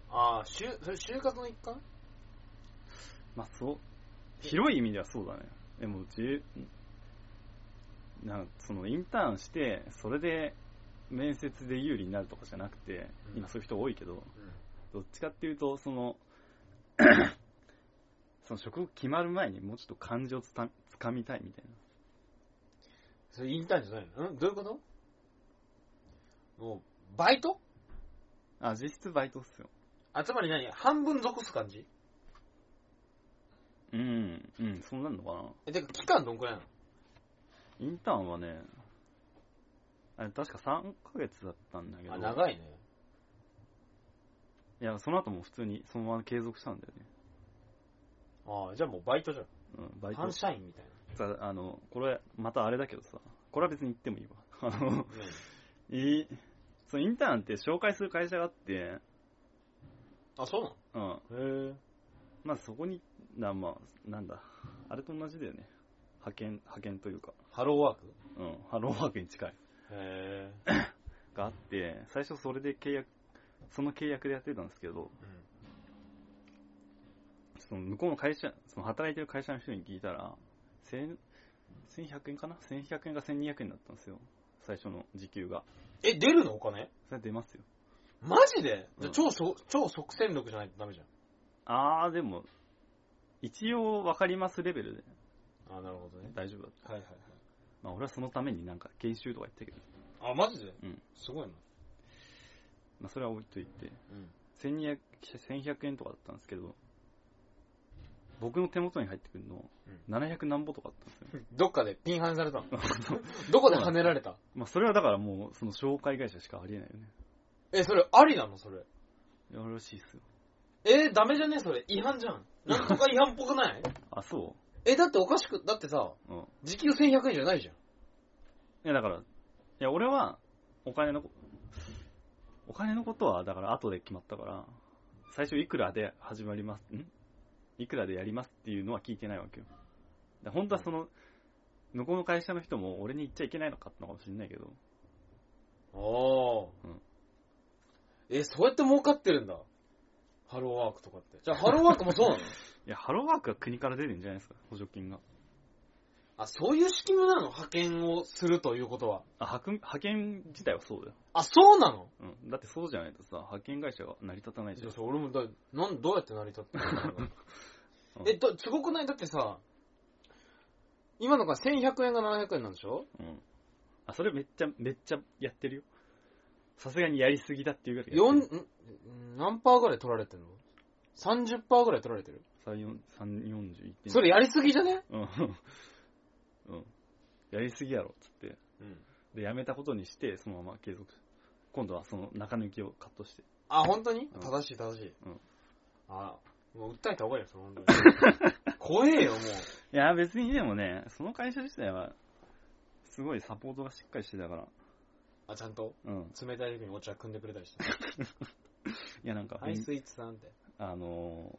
あー、就、それ就活の一環まあ、そう。広い意味ではそうだね。でも、うち、なんかそのインターンして、それで面接で有利になるとかじゃなくて、うん今そういう人多いけど、どっちかっていうと、そ の、その職業決まる前にもうちょっと感情をつたつかみたいみたいそれインターンじゃないのんどういうこともう、バイトな。あ、実質バイトっすよ。あ、つまり何半分属す感じうん、うん、そんなんのかな。え、てか期間どんくらいなのインターンはね、あれ確か3ヶ月だったんだけど、あ、長いね。いや、その後も普通にそのまま継続したんだよね。あー、じゃあもうバイトじゃん。うん、バイト反社員みたいさあの、これ、またあれだけどさ、これは別に言ってもいいわ。 あの、な。うんいい、そのインターンって紹介する会社があって、あ、そうなのうん、へえ。まあそこに、な、まあ、なんだ、あれと同じだよね。派遣、派遣というか、ハローワークうん、ハローワークに近い。へがあって、最初それで契約、その契約でやってたんですけど、え。その向こうの会社、その働いてる会社の人に聞いたら、千、千百円かな千百円か千二百円だったんですよ。最初の時給が。え、出るのお金それ出ますよ。マジで、じゃあ超そ、超即戦力じゃないとダメじゃん。あー、でも、一応わかりますレベルであ、なるほどね。大丈夫だった。はいはいまあ俺はそのためになんか研修とか行ったけど、はい。あ、マジでうん。すごいな。まあそれは置いといて。うん。 1200 1100円とかだったんですけど、僕の手元に入ってくるの、700何ぼとかだったんですよ。どっかでピンハネされたの どこで跳ねられたまあ、それはだからもう、その紹介会社しかありえないよね。え、それありなのそれ。いや、らしいっすよ。えーダメじゃねそれ。違反じゃん。なんとか違反っぽくないあ、そ え、だっておかしく、だってさ、ううん。い時給1100円じゃないじゃん。や、だから、いや、俺は、お金のこ、お金のことは、だから後で決まったから、最初いくらで始まります、んいくらでやりますっていうのは聞いてないわけよ。だ本当はその、向こうの会社の人も俺に言っちゃいけないのかったのかもしれないけど、ああ。うんえ、そうやって儲かってるんだ。ハローワークとかって。じゃあハローワークもそうなのいや、ハローワークは国から出てんじゃないですか、補助金が。 あ、そういう仕組みなの派遣をするということは。あ、派遣派遣自体はそうだよ。あ、そうなのうん。だってそうじゃないとさ、派遣会社が成り立たないじじゃゃんあ。さ俺もだ、なん、どうやって成り立ってるのうんえ、だ、すごくないだってさ、今のが1100円が700円なんでしょうん。あ、それめっちゃ、めっちゃやってるよ。さすがにやりすぎだっていうぐらいやって四る。ん何パーぐらい取られてるの ?30% パーぐらい取られてる3、4、3、41点。それやりすぎじゃねうん。うん。 やりすぎやろ、つって。うん。で、やめたことにして、そのまま継続。今度はその中抜きをカットして。あ、本当にうん正しい正しい。うんあ、もう訴えた方がいいよ、その本当に。 怖えよ、もう。いや、別にでもね、その会社自体は、すごいサポートがしっかりしてたから。あ、ちゃんとうん。冷たい時にお茶汲んでくれたり して。いや、なんか、アイスイーツさんって。あのー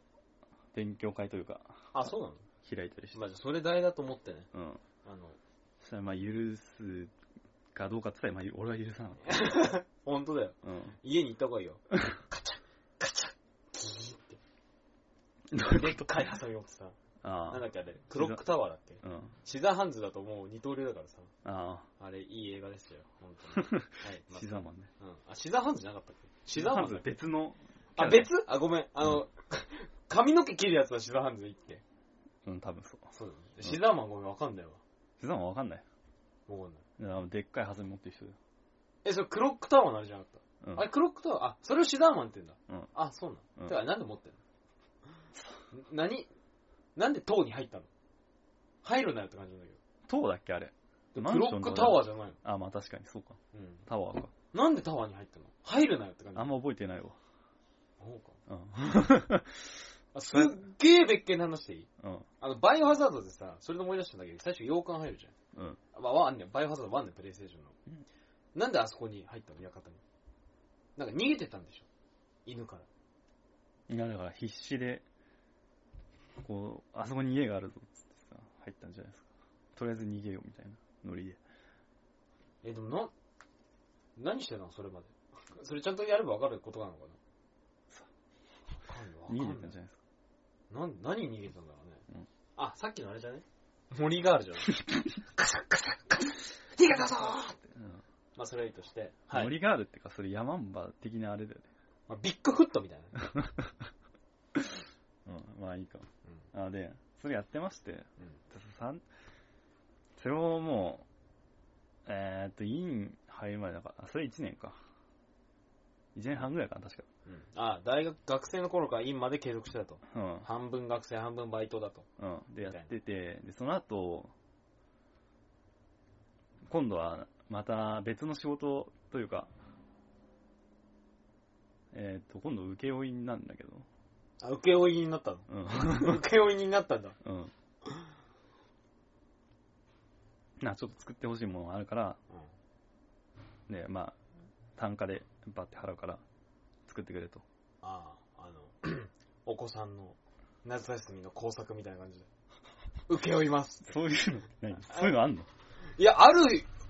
勉強会というか、あ、そうなの開いたりして。まあじゃあそれ代だと思ってね。うん。あの、そしたら、まあ、許すかどうかって言ったら、まあ、俺は許さなかっ本当だよ。た。うん。家に行った方が いいよ。カチャカチャギどーって。でっかいハサミ持ってさ。あなんだっけあれ、クロックタワーだっけあ。うん。シザーハンズだともう二刀流だからさ。ああれ、いい映画でしたよ。本 当に。はいあ。シザーマンね。うん。あ、シザーハンズじゃなかったっけシザーマンだっけ別の。あ、別あ、ごめん。あの、髪の毛切るやつはシザーハンズでいいっけうん、多分そう。そうだね。シザーマンごめん、わかんないわ。シザーマンわかんない。わかんない。いやでっかいハサミ持ってる人だよ。え、それクロックタワーのあれじゃなかったうあれ、クロックタワー、あ、それをシダーマンって言うんだ。うんあ、そうなうんの。てか、なんで持ってんのな何なんで塔に入ったの入るなよって感じなんだけん。塔だっけあれ。ど。クロックタワーじゃないの。あ、まあ確かにそうか。うん。タワーか。なんでタワーに入ったの入るなよって感じ。あんま覚えてないわ。そうか。うあ、すっげえ別件の話でいいん。うん。あの、バイオハザードでさ、それで思い出したんだけど、最初洋館入るじゃうん。ん。まあ、ワンね、バイオハザードワンね、プレイステーションのうん。なんであそこに入ったの館に。なんか逃げてたんでしょ犬から。いや、だから必死で、こう、あそこに家があるぞっつってさ、入ったんじゃないですか。とりあえず逃げようみたいなノリで。え、でもな、何してたのそれまで。それちゃんとやれば分かることなのかなわ逃かんない。げわてかたんんじない。ゃないですか。なん、何逃げてたんだろううねん。あ、さっきのあれじゃね森があるじゃん。 カサッカサッカサッ逃げたぞーうんまあそれはいいとして。はい。森があるってか、それ山ンバ的なあれだよね。まあ、ビッグフットみたいなね。うん。まあいいか。うんあ、で、それやってまして、うんさんそれをもう、えー、っと、院入る前だから、あそれ1年か。1年半ぐらいかな、確か。うんあ、大学、学生の頃から院まで継続してたと。うん。半分学生、半分バイトだと。うん、でやってて、でその後今度はまた別の仕事というか、えっと今度請負人なんだけど、あ、受け負いになった の。うん受け負いになったんだ。うん、なちょっと作ってほしいものがあるから、でまあ、単価でバッて払うから作ってくれと。ああ、あの、 お子さんの夏休みの工作みたいな感じで。受け負います。そういうの何そういうのあんのいや、ある、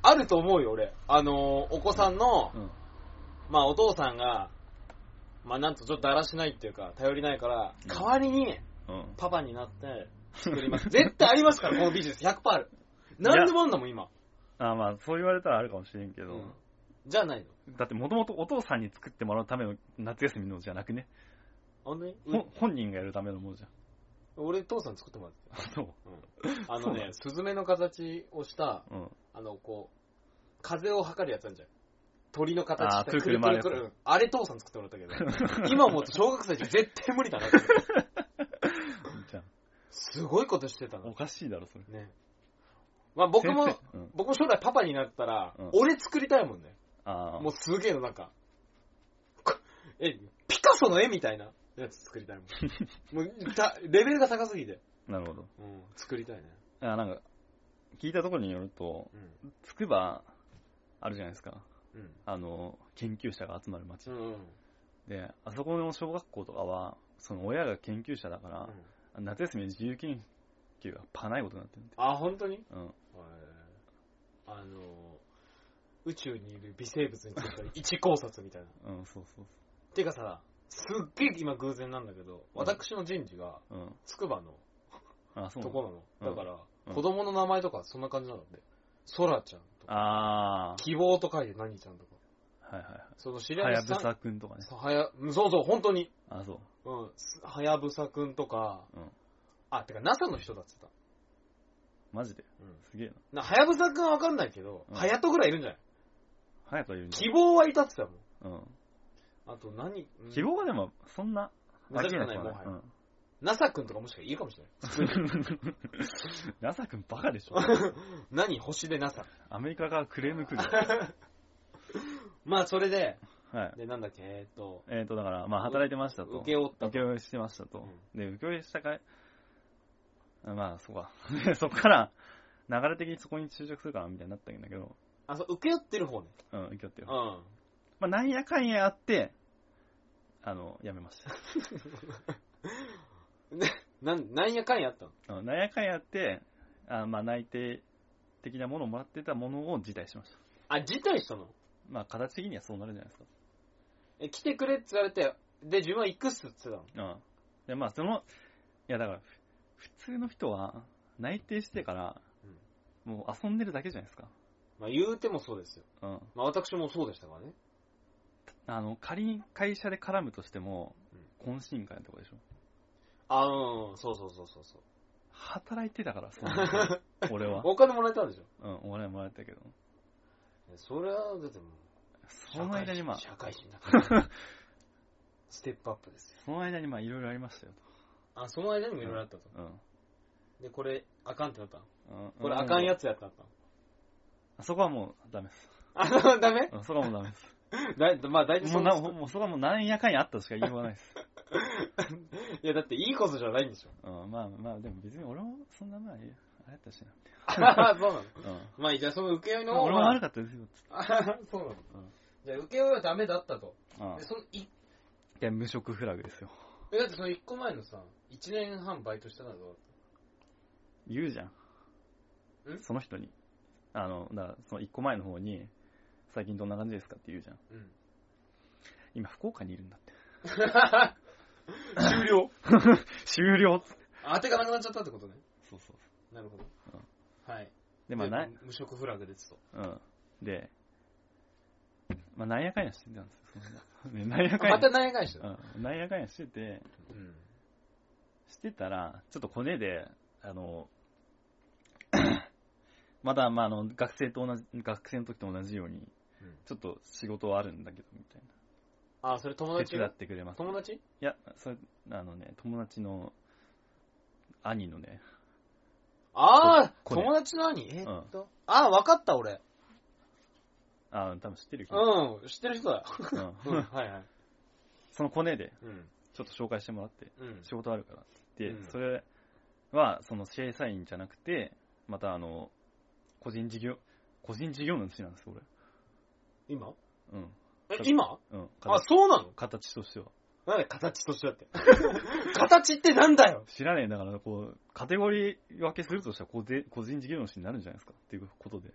あると思うよ、俺。あの、お子さんの、うん。まあ、お父さんが、まあ、なんとちょっとだらしないっていうか、頼りないから、うん代わりに、うん。パパになって、作ります。絶対ありますから、このビジネス。100%ある。何でもあんだもん、今。あまあ、そう言われたらあるかもしれんけど、うんじゃあないの。だってもともとお父さんに作ってもらうための夏休みのじゃなくね。本当にほん本人がやるためのものじゃん。俺、父さん作ってもらって。あ、 そう。あのね、スズメの形をした、うん。あの、こう、風を測るやつあるじゃん。鳥の形したあーくるくるく回るる。あれ父さん作ってもらったけ ど、今思うと小学生じゃ絶対無理だなって。じゃん。すごいことしてたおの。かしいだろ、それ。ね。まあ僕も先、生。うん。僕も将来パパになったら、うん俺作りたいもんね。ああ。もうすげえの、なんか、こえ、ピカソの絵みたいなやつ作りたいも ん。もうたレベルが高すぎて。なるほど。うん、作りたいね。あなんか、聞いたところによると、うん。つくば、あるじゃないですか。うん。あの、研究者が集まる街。うん。うん。で、あそこの小学校とかは、その親が研究者だから、夏休みの自由研究がパないことになってるんで。あ、本当にうん。えーあのー、宇宙にいる微生物についての一考察みたいな。 うん、そうそうてかさ、すっげえ今偶然なんだけど、私の人事がそう。うん。筑波のあ、そうとなこのなうの。んだから、うん子供の名前とかそんな感じなんだって。空ちゃんとか、あ希望と書いて何ちゃんとか。あ。はいはいその知りは合い。いはやのぶさんさくんとかね。そうはや、そうそう、本当に。あ、そう。うん。すはやぶさくんとか、うんあ、てか NASA の人だって言ってマジで。うんすげえな。な、はやぶさくんはわかんないけど、うんはやとぐらいいるんじゃない早く言うんだ希望はいたってたもん。うあと何、うんん。希望がでも、そんな、珍しく飽きない、くもははや。ナサくんとかもしかいるかもしれない。 うん。ナサ君バカでしょ。何星でナサ。アメリカからクレーム来る。まあ、それで、はい。で、なんだっけ、えーっと、えっ、と、だから、まあ、働いてましたと。受け負ったと受け負いしてましたと。で、受け負いしたかいまあ、そうか。 でそっから、流れ的にそこに就職するかな、みたいになったんだけど、あ、そう、受け負ってる方ね。うん、受け負ってよう。ん。まあ、なんやかんやあって、あの、やめましなん、なんやかんやあったの。た。 うんなんやかんやあって、あまあ、内定的なものをもらってたものを辞退しました。あ、辞退したのまあ、形的にはそうなるじゃないですか。え、来てくれって言われて、で、自分は行くっすって言ってうん。で、まあ、その、いや、だから、ふ普通の人は、内定してから、もう遊んでるだけじゃないですか。たの。まあ、言うてもそうですよ。うん。まあ、私もそうでしたからね。あの、仮に会社で絡むとしても、懇親会のとこでしょ。あ、うん、そうそうそうそうそう。働いてたから、その 俺は。お金もらえたんでしょうん、お笑いもらったけど。えそれは、だってもう、その間にまあ、社会人だ から。ステップアップですよ。その間にまあ、いろいろありましたよあ、その間にもいろいろあったと。と。うん。で、これ、あかんってなったのうんこれ、あかんやつ。つやったのそこはもうダメです。あ、そうダメ うんそこはもうダメです。だまあ、大体もそううなな、もうそこはもうなんやかんやあったとしか言いようがないです。いや、だっていいことじゃないん でしょ。うん、まあまあ、でも別に俺もそんなまあ、あれやったしな。あそうなの。 うん。まあ、じゃあその受け負いのまあ方俺も悪は、かったですよ、つっあはは そうなの。じゃあ受け負いはダメだったと。て。うんで、。そのい、で、無職フラグですよ。えだってその1個前のさ、1年半バイトしてたんだぞ。言うじゃん。んその人に。あの、だからその一個前の方に、最近どんな感じですかって言うじゃん。うん。今、福岡にいるんだって。 終了 終 了当てがなくなっちゃったってことね。そうそう。なるほど。はい。で、まあ、な、無職フラグですと。うん。で、まあ、なんやかんやしてたんですよ、そのねなん やかんやま。た悩返した。うん、なんやかんやしてて、うん。してたら、ちょっとコネで、あの、 まだ、まあ、あの、学生と同じ、学生の時と同じように、うんちょっと仕事はあるんだけど、みたいあ、それ友な。達手伝ってくれます。友達いや、それ、あのね、友達の、兄のね、ああここね友達の兄えーっと。ああ、わかった俺。あ多分知ってるけど、うん、知ってる人だよ。ううん ん、はいはい。そのコネで、うん。ちょっと紹介してもらって、うん。仕事あるからって、うんそれは、その試合サインじゃなくて、またあの、個人事業、個人事業主なんですよ、今俺。うん。え、今うん。あ、形そうなの形としては。なんで形としてだって。形ってなんだよ知らねえんだから、こう、カテゴリー分けするとしたら個人、個人事業主になるんじゃないですかっていうことで。で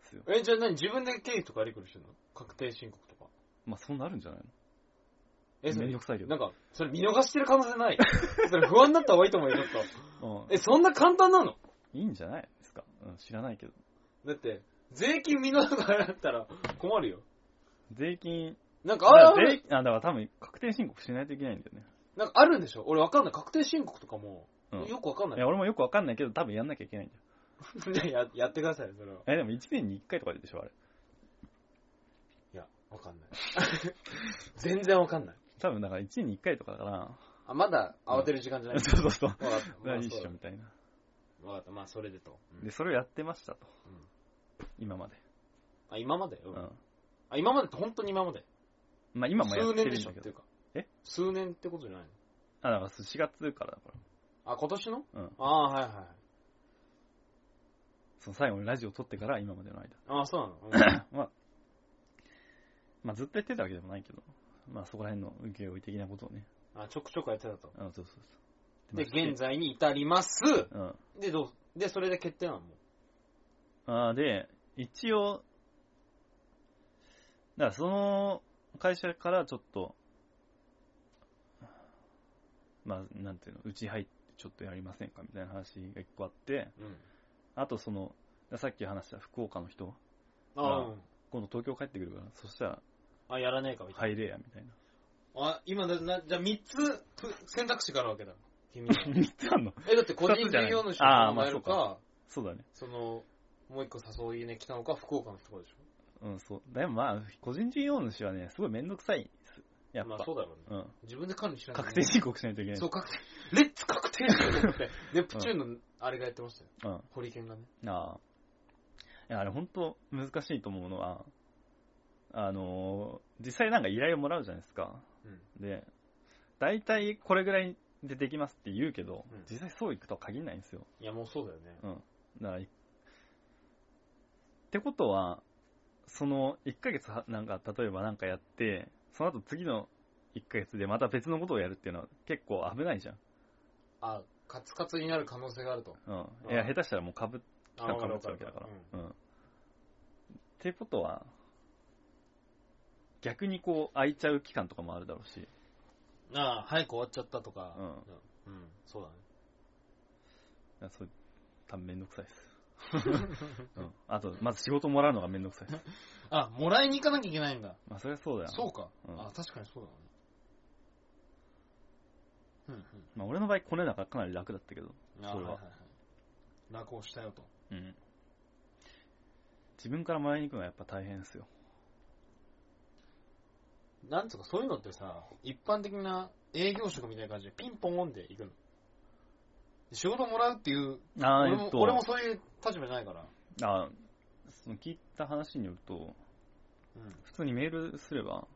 すよ。え、じゃあ何自分で経費とかやりくりしてんの確定申告とか。まあ、そうなるんじゃないのえ、そめんれど、くさいけど。なんか、それ見逃してる可能性ない。 それ不安になった方がいいと思うよ、ちょっうん と。え、そんな簡単なのいいんじゃないですか、うん、知らないけど。だって、税金見逃したら困るよ。税金、なんかだあかるあらる税あ、だから多分確定申告しないといけないんだよね。なんかあるんでしょ俺わかんない。確定申告とかも、うんよくわかんない いや、。俺もよくわかんないけど、多分やんなきゃいけないんだよ。いやや、やってください、それは。え、でも1年に1回とかでしょ、あれ。いや、わかんない。 全然わかんない。多分だから1年に1回とかだかあ、まだ慌てる時間じゃなら、い。そうそうそう。わか った。まあいいっそうしだょ、みたいな。わかった。まあ、それでと。うんで、それをやってましたと。うん今まで。あ、今まで、ううんん。あ、今までって本当に今まで。まあ今もや数っ年てるでんしょだっけていどう。か。え数年ってことじゃないのあ、だから4月からだかあ、今年のら。うん。ああ、はいはい。その最後にラジオ撮ってから今までの間。ああ、そうなの、うんまあ、まあずっとやってたわけでもないけど、まあそこら辺の請負的なことをね。 あちょくちょくやってたと。あそうそうそう。で、現在。在に至ります。うん。で、どう、で、それで決定なのもあーで、一応、だからその会社からちょっと、まあ、なんていうの、うち入ってちょっとやりませんかみたいな話が一個あって、う。うん。あとその、さっき話した福岡の人、ああ、あうん今度東京帰ってくるから、そしたらあ、やらねえか、みたいな。入れや、みたいな。あ、今だ、な、じゃあ3つ ふ選択肢があるわけだ。君には3つあんのえ、だって個人事業主の人もやるか、そうだね。その、もう一個誘いね来たのが福岡の人からでしょうん、そう。でもまあ、個人事業主はね、すごいめんどくさいです。やっぱ。まあそうだろうね。うん。自分で管理しないとね確定申告しないといけない。そう、確定。レッツ確定しようと思 って、ネプチューンのあれがやってましたよ。うん。ホリケンがね。ああ。いや、あれ本当難しいと思うのは、あのー実際なんか依頼をもらうじゃないですか。うん。で、大体これぐらいでできますって言うけど、うん実際そういくとは限らないんですよ。いや、もうそうだよね。うん。だから、いってことは、その1ヶ月は、なんか、例えばなんかやって、その後次の1ヶ月でまた別のことをやるっていうのは結構危ないじゃん。あ、カツカツになる可能性があると。うん。いや、うん下手したらもうかぶあ、かわかるぶっわちゃかるうわけだからうん。うん。ってことは、逆にこう、空いちゃう期間とかもあるだろうし、ああ、早く終わっちゃったとか。うん。そうだね。いやそう、多分めんどくさいです。 うん。あと、まず仕事もらうのがめんどくさいです。あ、もらいに行かなきゃいけないんだ。まあ、それはそうだよ。そうか。うんあ、確かにそうだね。うんまあ、俺の場合、こねだからかなり楽だったけど。うん。あそれはいいい。楽をしたよと。うん。自分からもらいに行くのはやっぱ大変ですよ。なんつうか、そういうのってさ、一般的な営業職みたいな感じでピンポンオンで行くの。仕事もらうっていう、あ俺も,、俺もそういう立場じゃないから。あその聞いた話によると、普通にメールすれば、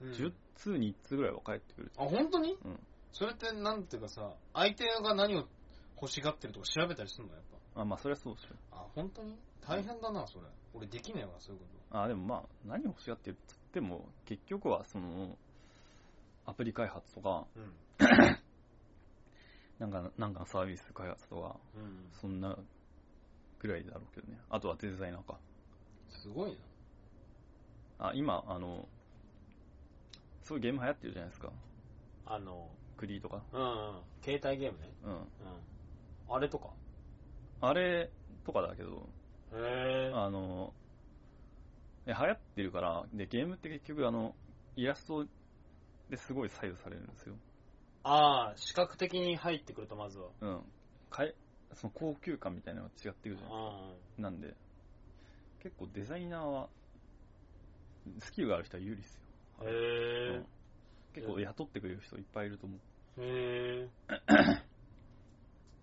うん。 10通に1通ぐらいは返ってくる。あ、本当にうんそれってなんていうかさ、相手が何を欲しがってるとか調べたりするのやっあまあ、それはそうでしょ。ぱ。あ、本当に大変だな、それ。俺できねえわ、そういうこあでもまあ、何を欲しがってるっつっても、結局はその、アプリ開発とか、と。うん。なんか、なんかのサービス開発とか、うん。そんなぐらいだろうけどね。あとはデザイナーか。すごいな。あ、今、あの、すごいゲーム流行ってるじゃないですか。あの、クリーとか。うん、うん。携帯ゲームね。うん。うん。あれとか。あれとかだけど、へえ。あの、え流行ってるから、で、ゲームって結局あの、イラストですごい左右されるんですよ。ああ、視覚的に入ってくると、まずは。うん。かえ、その高級感みたいなのが違ってくるじゃないですか。うなんで、結構デザイナーは、スキルがある人は有利ですよ。ん。へうん結構雇ってくれる人いっぱいいると思え。へ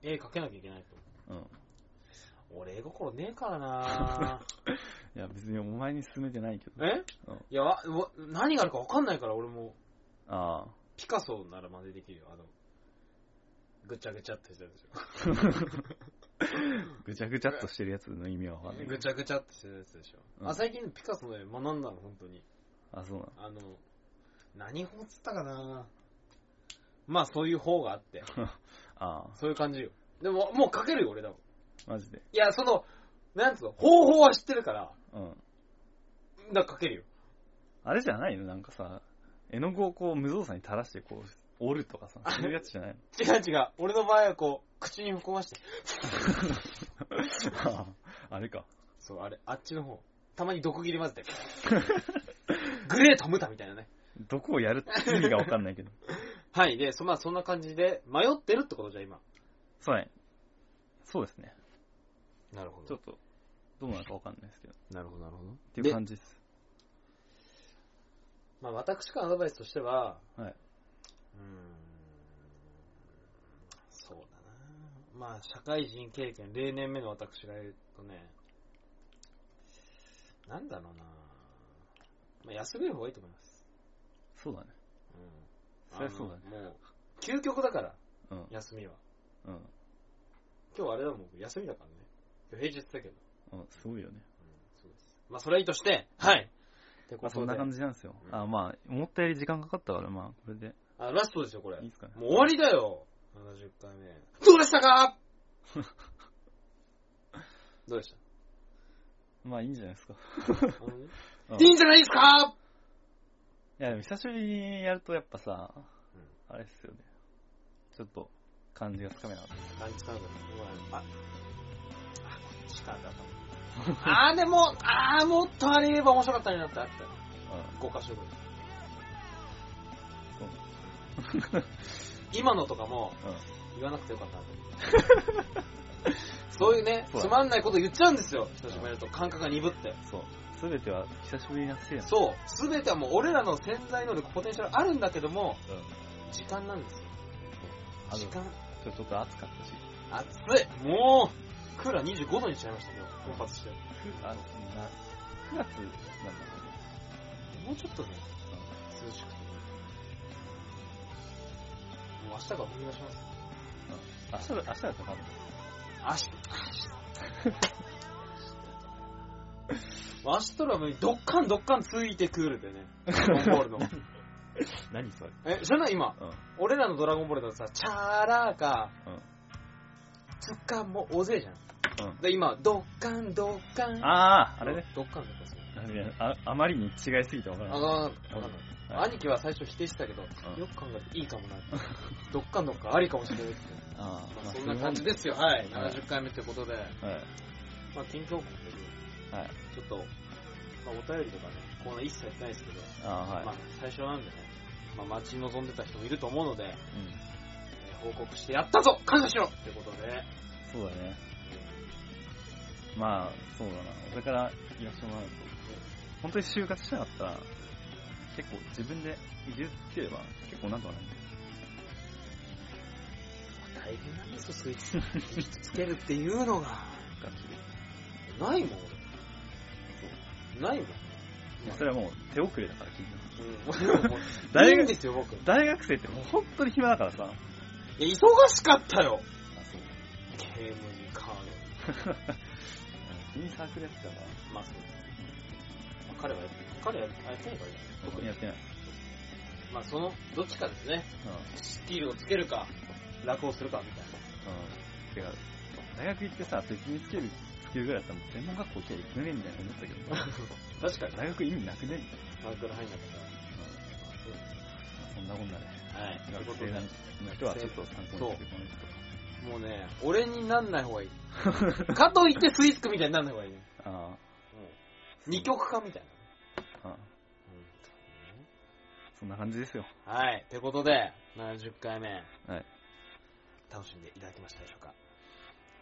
え。 絵描けなきゃいけないと。う。うん。俺、絵心ねえからな いや、別にお前に勧めてないけど。えうんいや、わわ何があるかわかんないから、俺も。あピカソなら真似できるよ、あの、ぐちゃぐちゃってしてるでしょ。あ、ぐちゃぐちゃっとしてるやつの意味はわかんな い。ぐちゃぐちゃってしてるやつでしょ。うんあ、最近ピカソの絵学んだの、本当に。あ、そうなの。あの、何法っつったかなまあ、そういう方があ って。あそういう感じよ。でも、もう描けるよ、俺だもん。あ、マジで。いや、その、なんつうの、方法は知ってるから、うん。だから描けるよ。あれじゃないのなんかさ、絵の具をこう無造作に垂らしてこう、折るとかさ、そういうやつじゃないの違う違う。俺の場合はこう、口に含まして。あああれか。そう、あれ、あっちの方。たまに毒切り混 ぜて。グレートムタみたいなね。どこをやるって意味がわかんないけど。はい。で、そ、まあ、そんな感じで、迷ってるってことじゃ、今。そうね。そうですね。なるほちょっ。と、どうなるかわかんないですけど。なるほど、なるほど。っていう感じです。まあ、私からのアドバイスとしては、はい。うーん、そうだな。まあ、社会人経験0年目の私が言うとね、なんだろうな。まあ、休める方がいいと思います。そうだね。うん。そりゃそうだねあのもう、究極だから、うん。休みは。うん。今日あれだもん、僕休みだからね。今日平日だけど。うんすごいようね。ん、そうです。まあ、それはいいとして、はい。ってまこあ、そんとなで、感じなんですよ。うんあまあ、思ったより時間かかったから、まあ、これで。あラストですよ、これ。いいですかね。もう終わりだよ !70 回目。どうでした かどうでしまあ、いいんじゃないですか。た、うんいいんじゃないですかいや、でも久しぶりにやると、やっぱさうん、あれっすよね。ちょっと、感じがつかめなかった。感じたんだあ、あ、こっちからだ った。あーでも、あーもっとあれ言えば面白かったなってあった。うん。 5箇所ぐらい。そう。 今のとかもうん。言わなくてよかったなと そういうね、そうだつまんないこと言っちゃうんですよ。久しぶりだと。感覚が鈍って。そう。すべては久しぶりなせいやん。そう。すべてはもう俺らの潜在能力、ポテンシャルあるんだけども、うん。時間なんですよ。あの、時ちょ間。ちょっと暑かったし。暑い。もう、クーラー25度にしちゃいましたけど、奮発して。あ、な、9月なんだもうちょっとね、涼しくて。もう明日からお願いします。明日だ、明日だったかな。明日、 明日。明日らもうどっかんどっかんついてくるで ね。ドラゴンボールの。何それえ、知らない今、うん俺らのドラゴンボールだとさ、チャーラーか、うんつかも大勢じゃん。うん。で、今、ドッカンドッカン。ああ、あれね。。ドッカンドッカンする。いやああまりに違いすぎてわからあない。わかんない。はい兄貴は最初否定してたけど、うんよく考えていいかもなって。どっかんどっかんありかもしれないって。あーままあ、あそんな感じですよ。はい。70回目ってことで、そういうもんはい。まあ、近況感という、はいちょっと、まあ、お便りとかね、コーナー一切やってないですけど、あー、はい。まあ、最初なんでね、まあ、待ち望んでた人もいると思うので、うん。えー報告してやったぞ感謝しろってことで、そうだね。まあ、そうだな。俺から言わせてもらうと、本当に就活してなかったら、結構自分で技術つければ結構なんとかなる。大変なんですよ、スイッチつけるっていうのが。ガチで。ないもん、俺。 ないもん。いやそれはもう手遅れだから聞いてますうん、もう大い学いんですよ、僕。い大学生ってもう本当に暇だからさ。や、忙しかったよ。 そう。ゲームにカー君サークルやってたから、ド。まあ、そうまあ彼はやって、彼はやってないからね。僕にやってない。まあ、その、どっちかですね。うん。スティールをつけるか、楽をするか、みたいうん。てか、大学行ってさ、別につける、つけるぐらいだったらもう専門学校行けば行くねみたいな思ったけど さ、な。確かに。大学意味なくねみたいサークル入んなかったら。な。まあそうですうん。そんなこんなで。はい。というこ学と生でなの人はちょっと参考にしてもらえるもうね、俺になんない 方がいい。かといってスイスクみたいになんない方がいいね。と。あ二極化みたいな。あ、ああそんな感じですよ。はい。ということで、70回目、はい。楽しんでいただけましたでしょうか。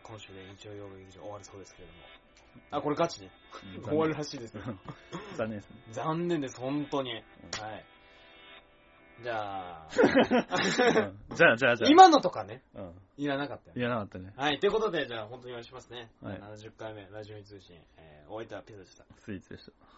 今週で日曜曜劇場終わるそうですけれども。あ、これガチね。 終わるらしいですね。残念ですね。残念です、本当に。はい。じゃあ、うんじゃあ、じゃあ、じゃあ。今のとかね、うん。いらなかったよねいや、なかったね。はい。ということで、じゃあ本当にお願いしますね。はい70回目、ラジオに通信、えー、お相手はピザでした。スイーツでした。